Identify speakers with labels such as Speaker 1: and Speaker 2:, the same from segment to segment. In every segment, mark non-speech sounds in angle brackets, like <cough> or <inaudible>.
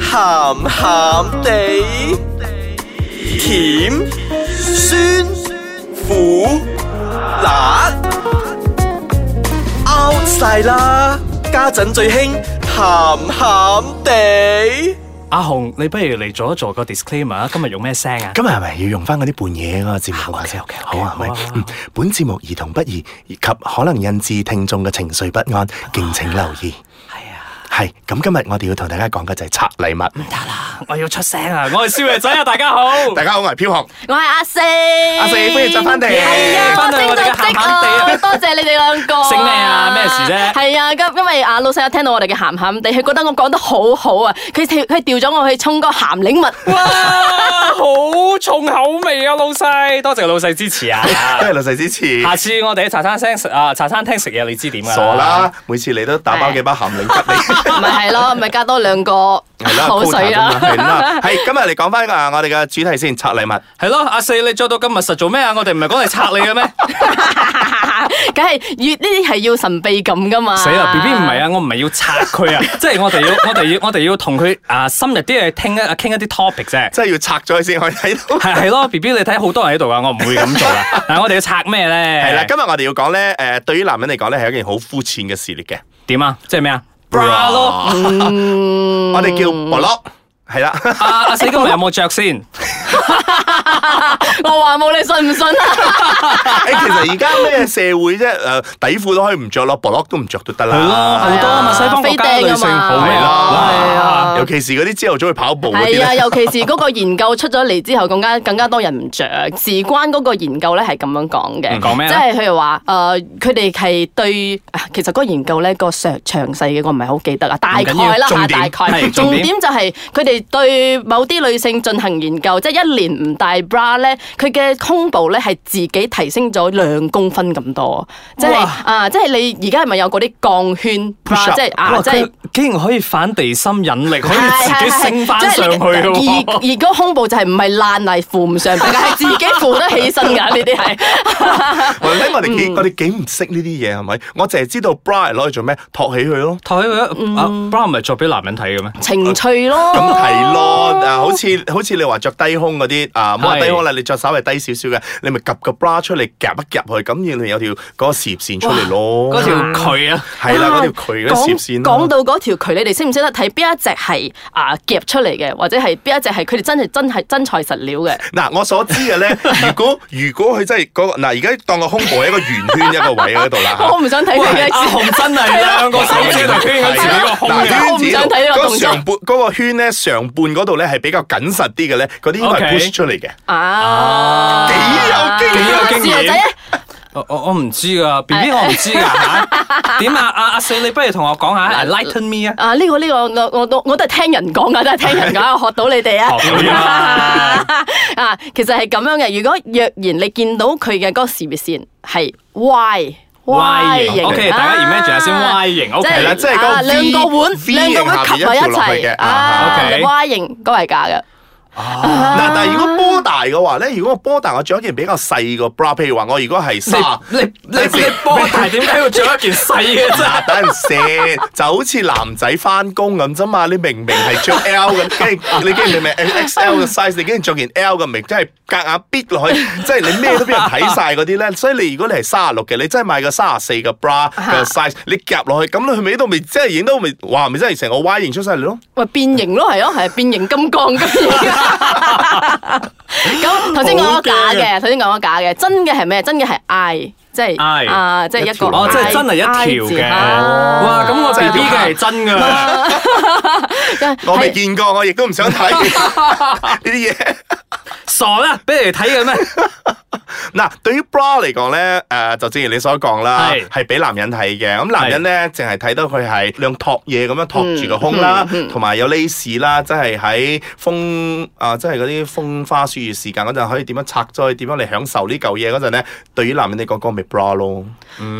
Speaker 1: 鹹鹹地，甜酸苦辣 out 晒啦！家陣最興鹹鹹地。
Speaker 2: 阿紅，你不如嚟做一做個 disclaimer 啊今日用咩聲啊？
Speaker 3: 今日係咪要用翻嗰啲半夜嗰個節目啊？
Speaker 2: OK，OK，OK，
Speaker 3: 好啊，係咪
Speaker 2: 好啊？
Speaker 3: 嗯本節目兒童不宜，及可能引致聽眾嘅情緒不安，敬請留意。
Speaker 2: 係啊，
Speaker 3: 係咁，今日我哋要同大家講嘅就係拆禮物。
Speaker 2: 得啦，我要出聲啊！我係少爺仔啊，大 <laughs> 家好。
Speaker 3: 大家好，我係飄紅。
Speaker 4: 我係阿四，
Speaker 3: 阿
Speaker 4: 阿
Speaker 3: 四歡迎再返嚟
Speaker 4: 係啊，
Speaker 2: 返
Speaker 4: 我
Speaker 2: 到
Speaker 4: 升
Speaker 2: 我哋嘅
Speaker 4: 咗
Speaker 2: 鹹
Speaker 4: 職
Speaker 2: 鹹地啊
Speaker 4: 啊！多謝你哋兩個。
Speaker 2: 升咩啊咩事啫
Speaker 4: 係啊，咁因為啊老細一聽到我哋嘅鹹鹹地，佢覺得我講得好好啊，佢調佢調咗我去沖個鹹檸蜜。
Speaker 2: 哇，啊好重口味啊，老細，多謝老細支持啊！ <laughs>
Speaker 3: 多謝老細支持。
Speaker 2: 下次我哋喺茶餐廳食啊，茶餐廳食嘢，你知點啊？
Speaker 3: 傻啦，每次你都打包幾包鹹檸吉你。
Speaker 4: 咪係咯，咪加多兩個
Speaker 3: 係啦，
Speaker 4: 口水啊！
Speaker 3: 係啦，係今日嚟講翻啊，我哋嘅主題先，拆禮物。
Speaker 2: 係咯，阿四，你着到今日實做咩啊？我哋唔係講嚟拆你嘅咩？
Speaker 4: 梗係越呢啲係要神秘感噶
Speaker 2: <laughs>
Speaker 4: 嘛。
Speaker 2: 死啦！B B 唔係啊，我唔係要拆佢 <laughs> 啊，即係我哋要，我哋要，我哋要同佢啊深入啲去聽一啊傾一啲 topic 啫。
Speaker 3: 真係要拆咗佢先可以睇到。
Speaker 2: 係係咯，B B 你睇好多人喺度啊，我唔會咁做 <laughs> 啊。但係我哋要拆咩咧？
Speaker 3: 係啦，今日我哋要講咧，誒，對於男人嚟講咧，係一件好膚淺嘅事嚟嘅。
Speaker 2: 點啊？即係咩啊？bra 嗯咯，
Speaker 3: 我哋叫 block，係
Speaker 2: <laughs>
Speaker 3: 啦。
Speaker 2: 阿阿四今日有冇着先？
Speaker 4: 我話冇你信唔信啊？
Speaker 3: 诶，其實而家咩社會啫？诶，底褲都可以唔着咯，薄褸都唔着都得啦。
Speaker 2: 係咯，好多啊嘛，
Speaker 4: 係啊
Speaker 2: 西方國家
Speaker 4: 飛釘啊嘛
Speaker 2: 女性好咩
Speaker 3: 係
Speaker 2: 啊？
Speaker 3: 啦，尤其是嗰啲朝頭早去跑步嗰啲
Speaker 4: 係啊，
Speaker 2: 嗯
Speaker 3: 咧。
Speaker 4: 尤其是嗰個研究出咗嚟之後，更加更加多人唔着。事關嗰個研究咧係咁樣講嘅，
Speaker 2: 嗯講咩
Speaker 4: 即
Speaker 2: 咧
Speaker 4: 係佢哋話誒，呃佢哋係對，啊其實嗰個研究咧個詳詳細嘅我唔係好記得啊，大
Speaker 2: 唔緊
Speaker 4: 概
Speaker 2: 要
Speaker 4: 啦
Speaker 2: 重
Speaker 4: 嚇，
Speaker 2: 點
Speaker 4: 大概
Speaker 2: 係重
Speaker 4: 重
Speaker 2: 點
Speaker 4: 點就係佢哋對某啲女性進行研究，即係一年唔戴 bra 咧，佢嘅胸部咧係自己提升咗兩公分咁多，即係
Speaker 2: 哇
Speaker 4: 啊，即係你而家係咪有嗰啲鋼圈
Speaker 3: Push
Speaker 4: bra，
Speaker 3: up
Speaker 4: 即係
Speaker 2: 哇
Speaker 4: 啊，即係
Speaker 2: 佢。竟然可以反地心引力，可以自己升翻
Speaker 4: 係係係
Speaker 2: 上去嘅
Speaker 4: 即係而
Speaker 2: 喎。
Speaker 4: 而嗰胸部就係唔係爛泥扶唔上壁，係自
Speaker 3: <laughs>
Speaker 4: 己扶得起身㗎。呢啲係
Speaker 3: 我睇我哋
Speaker 2: 嗯
Speaker 3: 幾我哋幾唔識呢啲嘢係咪？我淨係知道 bra 係攞嚟做咩，托起佢咯。
Speaker 2: 抬起佢啊，bra 唔係作俾男人睇嘅咩？
Speaker 4: 情趣
Speaker 2: 哦
Speaker 4: 咯。
Speaker 3: 咁係咯，啊，好似好似你話着低胸嗰啲啊，冇話低胸啦，你着稍微低少少嘅，你咪夾個 bra 出嚟夾一夾去，咁然後有條嗰個攝線出嚟咯。
Speaker 2: 嗰條渠啊！
Speaker 3: 係啦，
Speaker 4: 啊
Speaker 3: 嗰條渠嗰啲攝線咯
Speaker 4: 講講到嗰條渠，你哋識唔識得睇邊一隻係啊夾出嚟嘅，或者係邊一隻係佢哋真係真係真材實
Speaker 3: <laughs>
Speaker 4: 料嘅？
Speaker 3: 嗱，我所知嘅
Speaker 4: <laughs>
Speaker 3: 咧，如果如果佢真係嗰個嗱，而家當個胸部係一個圓圈一個位喺度啦嚇
Speaker 4: <laughs> 我唔想睇佢嘅
Speaker 2: 阿紅真係兩個手指度圈緊自己個胸
Speaker 3: 啊嗱
Speaker 2: 嘅
Speaker 4: 係。
Speaker 3: 圈
Speaker 4: 我唔
Speaker 3: 子
Speaker 4: 想睇呢個
Speaker 3: 嗰
Speaker 4: 動作
Speaker 3: 上半嗰個圈咧，上半嗰度咧係比較緊實啲嘅咧，嗰啲應該
Speaker 2: OK
Speaker 3: 係 push 出嚟嘅。
Speaker 4: 啊，
Speaker 3: 幾有經
Speaker 2: 驗幾有經驗
Speaker 4: 試下仔啊
Speaker 2: 我我我唔知噶，B B 我唔
Speaker 4: <laughs>
Speaker 2: 知噶嚇。點啊？阿阿四，你不如同我講下
Speaker 4: 嗱
Speaker 2: ，enlighten me 啊！
Speaker 4: 啊！呢個呢個我我都我都係聽人講噶，都係聽人講，我學到你哋啊！
Speaker 2: 學到你啦
Speaker 4: <laughs> 啊，其實係咁樣嘅。如果若然你見到佢嘅嗰個事業線係 Y
Speaker 2: Y 型 OK，
Speaker 4: 啊
Speaker 2: 大家 imagine 下先，Y 型，OK
Speaker 3: 係啦即係嗰個
Speaker 4: 啊
Speaker 3: V-
Speaker 4: 兩個碗
Speaker 3: V
Speaker 4: 兩個碗
Speaker 3: 型下
Speaker 4: 及
Speaker 3: 面
Speaker 4: 埋一
Speaker 3: 一條落去
Speaker 4: 齊
Speaker 3: 嘅
Speaker 4: 啊
Speaker 2: 啊，OK
Speaker 4: ！Y 型嗰係假嘅。啊
Speaker 3: 嗱，但係如果波大嘅話咧，如果我波大，我着一件比較細個 bra，譬如話我如果係卅。
Speaker 2: 你你你你波大點解要着一件細嘅啫？
Speaker 3: 嗱，等陣先，就好似男仔翻工咁啫嘛。你明明係着 L 嘅，跟住你竟然明明 XL 嘅 size，你竟然着件 L 嘅，明真係夾硬逼落去，即係你咩都俾人睇晒嗰啲咧。所以你如果你係三十六嘅，你真係買個三十四嘅 bra 嘅 size，你夾落去，咁你去尾度咪真係影到咪，哇！咪真係成個 Y 型出晒嚟咯。
Speaker 4: 咪變
Speaker 2: <laughs>
Speaker 4: 形咯，係咯，係變形金剛咁樣。咁頭先講咗假
Speaker 3: 好驚
Speaker 4: 嘅，頭先講咗假嘅，真嘅係咩？真嘅係 I，即係
Speaker 2: I
Speaker 4: 啊，即係一個
Speaker 3: 一條
Speaker 2: 哦，即係真係一
Speaker 4: I
Speaker 2: 條
Speaker 4: 字
Speaker 2: 嘅。
Speaker 4: 啊
Speaker 2: 哇！咁我 B B 嘅係真 <laughs> 㗎。
Speaker 3: 我未見過，我亦都唔想睇呢啲嘢。
Speaker 2: 傻啦，俾你哋睇嘅咩？
Speaker 3: 嗱，對於 bra 嚟講咧，誒、就正如你所講啦
Speaker 2: 係，
Speaker 3: 係俾男人睇嘅。咁男人咧，淨係睇到佢係兩托嘢咁樣托住個胸啦，同埋、有 lace 啦，即係喺風啊，即係嗰啲風花雪月時間嗰陣，可以點樣拆咗佢，點樣嚟享受呢嚿嘢嗰陣咧，對於男人嚟講，嗰咪 bra 咯。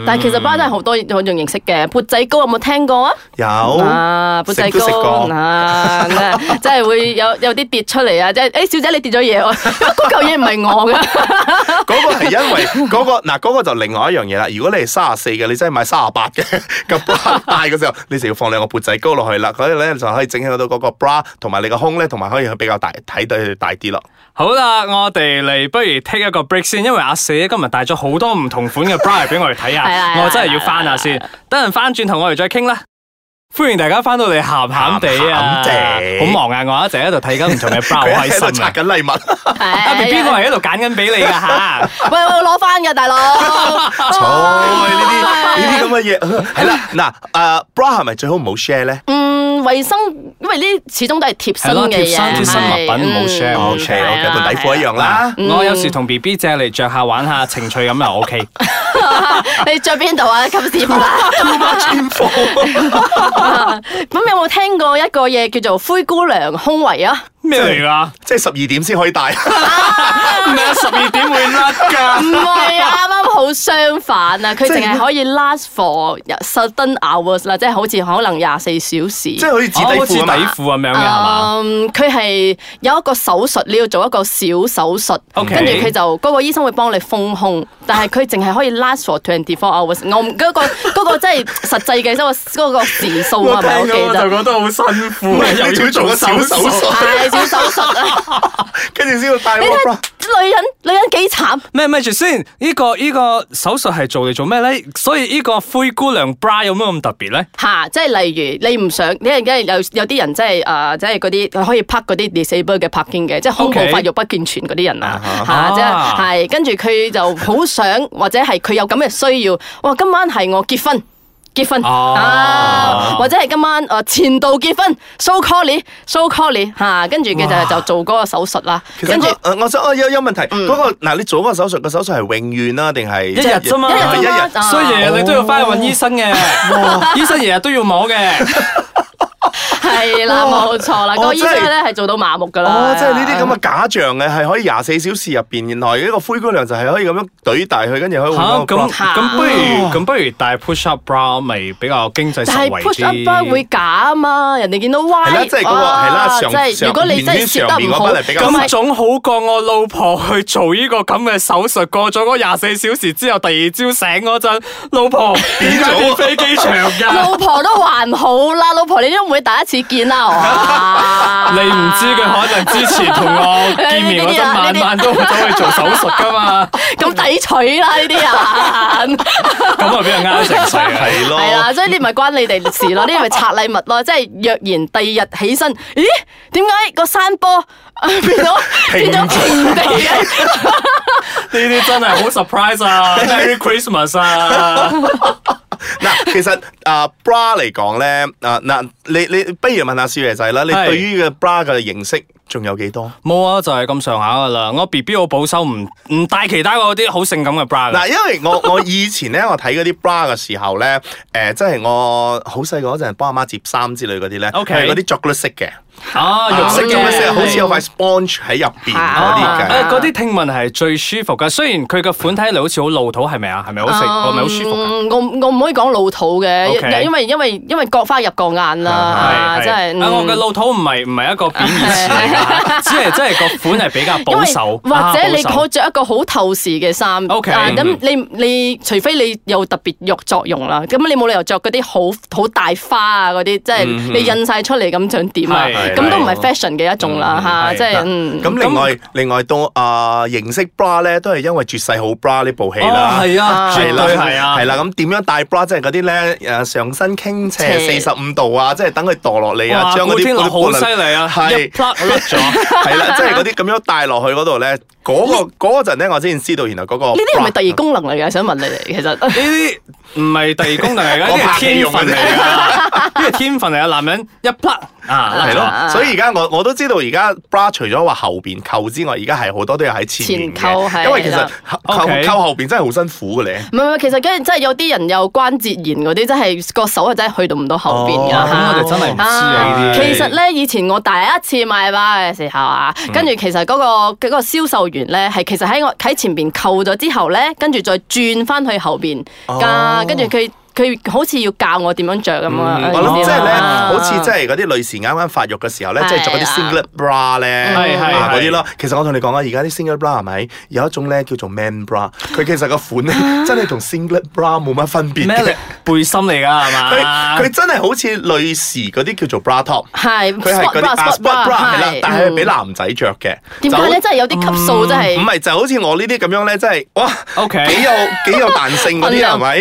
Speaker 4: 但係其實 bra 真係好多好種形式嘅，缽仔糕有冇聽過啊？
Speaker 3: 有
Speaker 4: 啊，缽仔
Speaker 3: 食都食
Speaker 4: 糕
Speaker 3: 過
Speaker 4: 啊，真係真係會有有啲跌出嚟啊！即係誒，小姐你跌咗嘢喎，嗰嚿嘢唔係我噶，
Speaker 3: 嗰個係因為嗰、個嗱嗰、個就另外一樣嘢啦。如果你係三十四嘅，你真係買三十八嘅 <laughs> 個 bra 戴嘅時候，你就要放兩個缽仔糕落去啦。所以咧就可以整到到嗰個 bra 同埋你個胸咧，同埋可以比較大睇到佢大啲咯。
Speaker 2: 好啦，我哋嚟不如 take 一個 break 先，因為阿四今日帶咗好多唔同款嘅 bra 嚟俾我哋睇
Speaker 4: 係啊
Speaker 2: 下，我真 <laughs> 係要翻下先。等陣翻轉頭我哋再傾啦。歡迎大家翻到嚟咸咸地啊，
Speaker 3: 鹹鹹地
Speaker 2: 好忙啊！我一直喺度睇緊唔同嘅 bra，好
Speaker 3: 佢
Speaker 2: 開
Speaker 3: 喺度
Speaker 2: 心
Speaker 3: 拆
Speaker 2: 啊！
Speaker 3: 緊禮物，
Speaker 4: <laughs>
Speaker 2: 阿 B B 我係喺度啊揀緊俾你噶吓， <laughs>
Speaker 4: 喂喂，攞翻噶大佬，哦
Speaker 3: 錯呢啲呢
Speaker 4: <laughs>
Speaker 3: 啲咁嘅嘢。 <laughs> 係啦，嗱誒 bra 係咪最好唔好 share 咧？
Speaker 4: 嗯，衞生，因為呢啲始終都係貼身
Speaker 2: 係咯
Speaker 4: 嘅嘢，
Speaker 2: 貼身貼身物品
Speaker 4: 係
Speaker 2: 唔好 share
Speaker 4: 嗯
Speaker 2: 唔好
Speaker 3: OK，
Speaker 2: share，
Speaker 4: 係
Speaker 3: OK，
Speaker 4: 啊
Speaker 3: 同底褲一樣啦。
Speaker 2: 我有時同 B B 借嚟着下玩下情趣咁就 O K。
Speaker 4: <laughs> 你着邊度啊？咁屎忽啦！ <laughs> 咁有冇聽過一個嘢叫做灰姑娘胸圍啊？
Speaker 2: 咩嚟 <laughs> 噶？
Speaker 3: 即係十二點先可以戴，
Speaker 2: 唔係
Speaker 3: <laughs>
Speaker 2: 啊，十二點會甩㗎。
Speaker 4: 唔係啊，啱啱好相反啊！佢淨係可以 last for certain hours 啦，即係好似可能廿四小時。
Speaker 3: 即係好似紙
Speaker 2: 哦好
Speaker 3: 底
Speaker 2: 似
Speaker 3: 褲
Speaker 2: 底
Speaker 3: 咁啊。
Speaker 2: 褲咁樣嘅係嘛？
Speaker 4: 嗯，佢係有一個手術，你要做一個小手術，
Speaker 2: OK
Speaker 4: 跟住佢就嗰個醫生會幫你封胸，但係佢淨係可以 last for twenty four hours。我唔嗰個 <laughs> 嗰個真係實際嘅嗰個嗰個時數係咪？我記得
Speaker 2: 覺得好辛
Speaker 1: 哦
Speaker 2: 苦
Speaker 3: 唔係
Speaker 1: 啊
Speaker 3: <laughs> 你仲要做個小手術，
Speaker 4: 係小手術啊！
Speaker 3: <laughs> 跟住先要戴
Speaker 4: 你
Speaker 3: 個 bra
Speaker 4: 睇。女人女人幾慘。
Speaker 2: 咩咩住先？呢、個呢、個手術係做嚟做咩咧？所以呢個灰姑娘 bra 有咩咁特別咧？
Speaker 4: 吓、即係例如你唔想，你而家有有啲人即係誒，即係嗰啲可以拍嗰啲 disable 嘅拍肩嘅，即係胸部
Speaker 2: OK
Speaker 4: 發育不健全嗰啲人啊，吓、
Speaker 2: 啊
Speaker 4: 即係係跟住佢就好想，或者係佢有咁嘅需要，哇！今晚係我結婚。結婚
Speaker 2: 哦
Speaker 4: 啊，或者係今晚誒前度結婚，so cally，so cally 嚇，跟住佢
Speaker 2: 哇
Speaker 4: 就就做嗰個嗯手術啦，
Speaker 3: 其實
Speaker 4: 跟住
Speaker 3: 我呃我想我有有問題，嗰個嗱你做嗰個手術，個手術係永遠啦定係一
Speaker 2: 一日啫嘛
Speaker 4: 一日
Speaker 3: 一
Speaker 4: 啫嘛
Speaker 3: 日哦
Speaker 4: 啊
Speaker 2: 所以日日你都要翻去揾醫生嘅，醫生日日都要摸
Speaker 3: <laughs>
Speaker 2: 嘅。
Speaker 4: 係啦，冇錯啦，
Speaker 3: 哦
Speaker 4: 個醫生
Speaker 3: 真係
Speaker 4: 咧係做到麻木噶啦，
Speaker 3: 哦，即係呢啲咁嘅假象嘅，係可以廿四小時入邊，原來呢個灰姑娘就係可以咁樣懟大佢，跟住可以
Speaker 2: 嚇
Speaker 3: 換個
Speaker 2: 咁
Speaker 3: bra
Speaker 2: 咁不如
Speaker 3: 哦
Speaker 2: 咁不如戴 push up bra 咪比較經濟
Speaker 4: 但
Speaker 2: 實
Speaker 4: 係
Speaker 2: 惠
Speaker 4: push up
Speaker 2: 啲。
Speaker 4: bra 會假啊嘛，人哋見到 Y
Speaker 3: 係啦即係嗰個
Speaker 4: 哇
Speaker 3: 係啦上
Speaker 4: 即係如果你真係攝得唔
Speaker 3: 上面嗰
Speaker 4: 好，
Speaker 3: 班係比較
Speaker 4: 唔
Speaker 3: 細
Speaker 2: 咁
Speaker 4: 係
Speaker 2: 總好過我老婆去做呢個咁嘅手術，過咗嗰廿四小時之後，第二朝醒嗰陣，老
Speaker 3: <laughs>
Speaker 2: 婆點解變飛機場㗎？
Speaker 4: 老婆都還好啦，老婆你都唔會第一次
Speaker 3: <laughs>
Speaker 4: 見啦，係嘛
Speaker 2: 你唔知佢可能之前同
Speaker 4: <laughs>
Speaker 2: 我見面嗰陣，晚晚都唔走去做手術㗎嘛，
Speaker 4: 咁抵取啦呢啲人。
Speaker 2: 咁啊俾人呃成世
Speaker 4: <laughs>
Speaker 2: 啊！
Speaker 3: 係咯，
Speaker 4: 係啦，所以呢咪關你哋事咯，呢咪拆禮物咯，即係若然第二日起身，咦？點解個山坡啊變咗變咗平地嘅？
Speaker 2: 呢啲真係好 surprise 啊！Merry Christmas 啊！
Speaker 3: 嗱，其實啊 bra 嚟講咧，啊嗱，你你不如問下少爺仔啦，你
Speaker 2: 係
Speaker 3: 對於個 bra 嘅認識仲有幾多？
Speaker 2: 冇啊，就係咁上下噶啦。我 B B 我保守唔唔戴其他嗰啲好性感嘅 bra 㗎
Speaker 3: 嗱，因為
Speaker 2: <laughs>
Speaker 3: 我我以前咧，我睇嗰啲 bra 嘅時候咧，誒、即係我好細個嗰陣幫阿媽摺衫之類嗰啲咧，
Speaker 2: OK
Speaker 3: 係嗰啲 chocolate 色嘅，
Speaker 2: 啊，肉色
Speaker 3: 色
Speaker 2: 嘅
Speaker 3: chocolate 色好似有塊 sponge 喺入邊嗰啲
Speaker 4: 啊
Speaker 2: 誒
Speaker 3: 嘅。
Speaker 2: 嗰啲聽聞係最舒服㗎，雖然佢個款睇嚟好似好老土，係咪啊？係咪好食？係咪好舒服㗎？
Speaker 4: 嗯我我唔可以講老土嘅
Speaker 2: OK
Speaker 4: 因為因為因為各花入各眼啦，
Speaker 2: 係
Speaker 4: 真係。嗯
Speaker 2: 啊！我嘅老土唔係唔係一個貶義詞
Speaker 4: <laughs>
Speaker 2: 嚟㗎，只係真係個款係比較保守，
Speaker 4: 因為或者你
Speaker 2: 啊保
Speaker 4: 可
Speaker 2: 守
Speaker 4: 着一個好透視嘅衫
Speaker 2: OK 嗯
Speaker 4: 啊咁你你除非你有特別肉作用啦，咁你冇理由着嗰啲好好大花啊嗰啲，即係你印晒出嚟咁想點啊？
Speaker 2: 嗯係
Speaker 4: 咁都唔
Speaker 3: 係
Speaker 4: 係 fashion 嘅一種啦
Speaker 2: 嗯
Speaker 4: 吓，
Speaker 2: 係
Speaker 4: 即係嗯。
Speaker 3: 咁另外另外到啊、形式 bra 咧，都係因為絕世好 bra 呢部戲啦。
Speaker 2: 哦係啊，絕對係啊，
Speaker 3: 係啦，咁點樣戴 bra 即係嗰啲咧誒上身傾斜
Speaker 4: 斜
Speaker 3: 四十五度啊，即係等佢墮落嚟啊，
Speaker 2: 哇！
Speaker 3: 將嗰
Speaker 2: 古
Speaker 3: 啲
Speaker 2: 天樂好犀利啊，一
Speaker 3: 係 <laughs>
Speaker 2: plug 甩咗。
Speaker 3: 係
Speaker 2: <laughs>
Speaker 3: 啦，即係嗰啲咁樣戴落去嗰度咧，嗰、個嗰陣咧，我先知道原來嗰個呢
Speaker 4: 呢啲係咪特異功能嚟嘅？想問你哋，其實
Speaker 2: 呢啲唔係第二功能嚟㗎，
Speaker 3: 我
Speaker 2: 呢
Speaker 3: 拍
Speaker 2: 係
Speaker 3: 戲
Speaker 2: 天
Speaker 3: 用嘅
Speaker 2: 分嚟㗎，
Speaker 3: <laughs>
Speaker 2: 呢係天分嚟㗎。男人一 plug 啊，甩
Speaker 3: 係
Speaker 2: 咗
Speaker 3: 咯，所以而家我我都知道，而家 bra 除咗話後邊扣之外，而家係好多都有喺前面
Speaker 4: 前扣係
Speaker 3: 嘅，因為其實
Speaker 4: 啦
Speaker 3: 扣
Speaker 2: OK
Speaker 3: 扣後邊真係好辛苦嘅咧。
Speaker 4: <laughs> 唔係唔係，其實跟住真係有啲人有關節炎嗰啲，真係個手啊真係去到唔到後邊㗎
Speaker 3: 哦
Speaker 2: 咁
Speaker 4: 嚇
Speaker 2: 我哋真係唔知啊呢啲。
Speaker 4: 其實咧，以前我第一次買包嘅時候啊，
Speaker 3: 嗯
Speaker 4: 跟住其實嗰、個嗰、個銷售員咧，係其實喺我喺前邊扣咗之後咧，跟住再轉翻去後邊㗎，
Speaker 3: 哦
Speaker 4: 跟住佢。佢佢好似要教我點樣着咁啊！
Speaker 3: 我哦諗即係咧，
Speaker 4: 啊
Speaker 3: 好似即係嗰啲女士啱啱發育嘅時候咧，即係着嗰啲
Speaker 4: 係啊
Speaker 3: singlet bra 咧，
Speaker 2: 係係
Speaker 3: 啊
Speaker 2: 係
Speaker 3: 嗰啲咯。其實我同你講啊，而家啲 singlet bra 係咪有一種咧叫做 man bra？佢其實個款
Speaker 4: <laughs>
Speaker 3: 咧真係同 singlet bra 冇乜分別
Speaker 2: 咩
Speaker 3: 嘅
Speaker 2: 嚟。背心嚟㗎係
Speaker 3: 佢
Speaker 2: 嘛？
Speaker 4: 啊
Speaker 3: 佢真係好似女士嗰啲叫做 bra top，
Speaker 4: 係
Speaker 3: 佢係
Speaker 4: sport
Speaker 3: 嗰啲
Speaker 4: bra
Speaker 3: 啊
Speaker 4: sport
Speaker 3: sport
Speaker 4: bra，
Speaker 3: bra 係啦
Speaker 4: 係，
Speaker 3: 但係俾
Speaker 4: 嗯
Speaker 3: 男仔着嘅。
Speaker 4: 點
Speaker 3: 就
Speaker 4: 解咧？真係有啲級數真係
Speaker 3: 唔係就好似我呢啲咁樣咧，真係哇
Speaker 2: OK
Speaker 3: 幾有幾有彈性
Speaker 4: <laughs>
Speaker 3: 嗰啲係咪？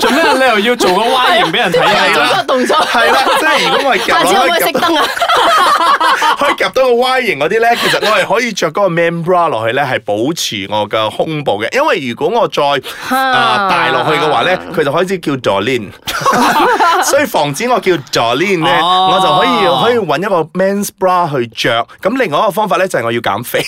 Speaker 2: 做咩啊你又要做個 Y 型俾人睇
Speaker 4: 又做
Speaker 2: 啊？
Speaker 4: 嗰個動作。
Speaker 3: 係啦，即係如果我係
Speaker 4: 下次可唔可以
Speaker 3: 夾
Speaker 4: 熄燈啊？
Speaker 3: <laughs> 可以夾到個 Y 型嗰啲咧，其實我係可以着嗰個 man bra 落去咧，係保持我嘅胸部嘅。因為如果我再啊大落去嘅
Speaker 2: <laughs>
Speaker 3: 話咧，佢就開始叫 Jolin，所以防止我叫 Jolin 咧，
Speaker 2: 哦
Speaker 3: 我就可以可以揾一個 man's bra 去着。咁另外一個方法咧就係我要減肥，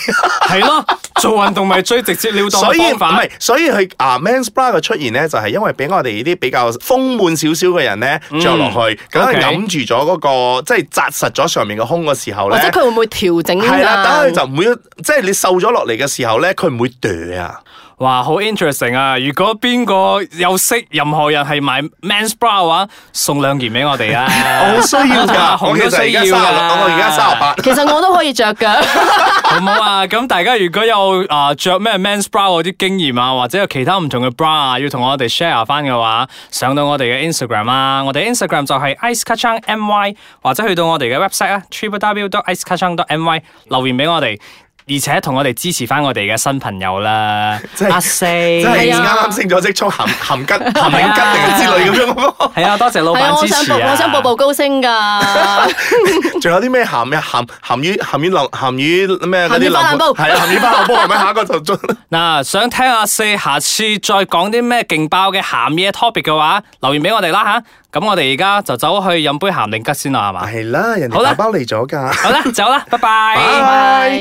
Speaker 2: 係咯，做運動咪最直接了當
Speaker 3: 所以
Speaker 2: 嘅
Speaker 3: 唔
Speaker 2: 方法
Speaker 3: 係。，所以佢啊 man's bra 嘅出現咧，就係因為俾我哋呢啲比較豐滿少少嘅人咧着落去，咁
Speaker 2: 嗯
Speaker 3: 係
Speaker 2: OK
Speaker 3: 揞住咗嗰個即係紮實咗上面嘅胸嘅時候
Speaker 4: <laughs> 或
Speaker 2: 哦
Speaker 3: 咧
Speaker 4: 者。佢會唔會調整
Speaker 3: 係啦，
Speaker 4: 啊
Speaker 3: 等佢就唔會，即係你瘦咗落嚟嘅時候咧，佢唔會墮啊。
Speaker 2: 哇，好 interesting 啊！如果邊個有識任何人係買 men's bra 嘅話，送兩件俾我哋啊！
Speaker 3: 我好需要㗎，
Speaker 2: 紅
Speaker 3: 我其
Speaker 2: 都
Speaker 3: 實而
Speaker 2: 需要
Speaker 3: 家三十六，我而家三十
Speaker 2: 啊
Speaker 3: 八。
Speaker 4: 其實我都可以着
Speaker 3: <laughs>
Speaker 4: 㗎。
Speaker 2: 好唔好啊？咁大家如果有啊着咩 men's bra 嗰啲經驗啊，或者有其他唔同嘅 bra 啊，要同我哋 share 翻嘅話，上到我哋嘅 Instagram 啊，我哋 Instagram 就係 ice k a c h a n g my，或者去到我哋嘅 website 啊 t r i p w dot ice k a c h a n g dot my 留言俾我哋，而且同我哋支持翻我哋嘅新朋友
Speaker 4: <laughs>
Speaker 2: 啦
Speaker 3: 真，係
Speaker 2: 阿四，
Speaker 3: 即係
Speaker 2: 係
Speaker 4: 係
Speaker 3: 啱
Speaker 4: 啊
Speaker 3: 啱升咗職，衝含含吉、含領吉定係之類咁樣 <laughs> 咯。
Speaker 2: 啊，多謝老
Speaker 4: 係啊，
Speaker 2: 闆
Speaker 4: 我
Speaker 2: 支
Speaker 4: 想
Speaker 2: 持
Speaker 4: 步
Speaker 2: 啊！
Speaker 4: 我想步步高升㗎。
Speaker 3: 仲有啲咩鹹嘅鹹鹹魚鹹魚淋鹹魚咩嗰啲
Speaker 4: 鹹魚花腩煲
Speaker 3: 係啊鹹魚花腩煲係咪下一個就中？
Speaker 2: 嗱，想聽阿四下次再講啲咩勁爆嘅鹹嘢 topic 嘅話，留言俾我哋啦吓。咁我哋而家就走去飲杯鹹定吉先啦，係嘛？
Speaker 3: <laughs> 係啦，人
Speaker 2: 好
Speaker 3: 哋
Speaker 2: 啦
Speaker 3: 打包嚟咗㗎。
Speaker 2: 好啦，走啦，拜拜。
Speaker 3: 拜。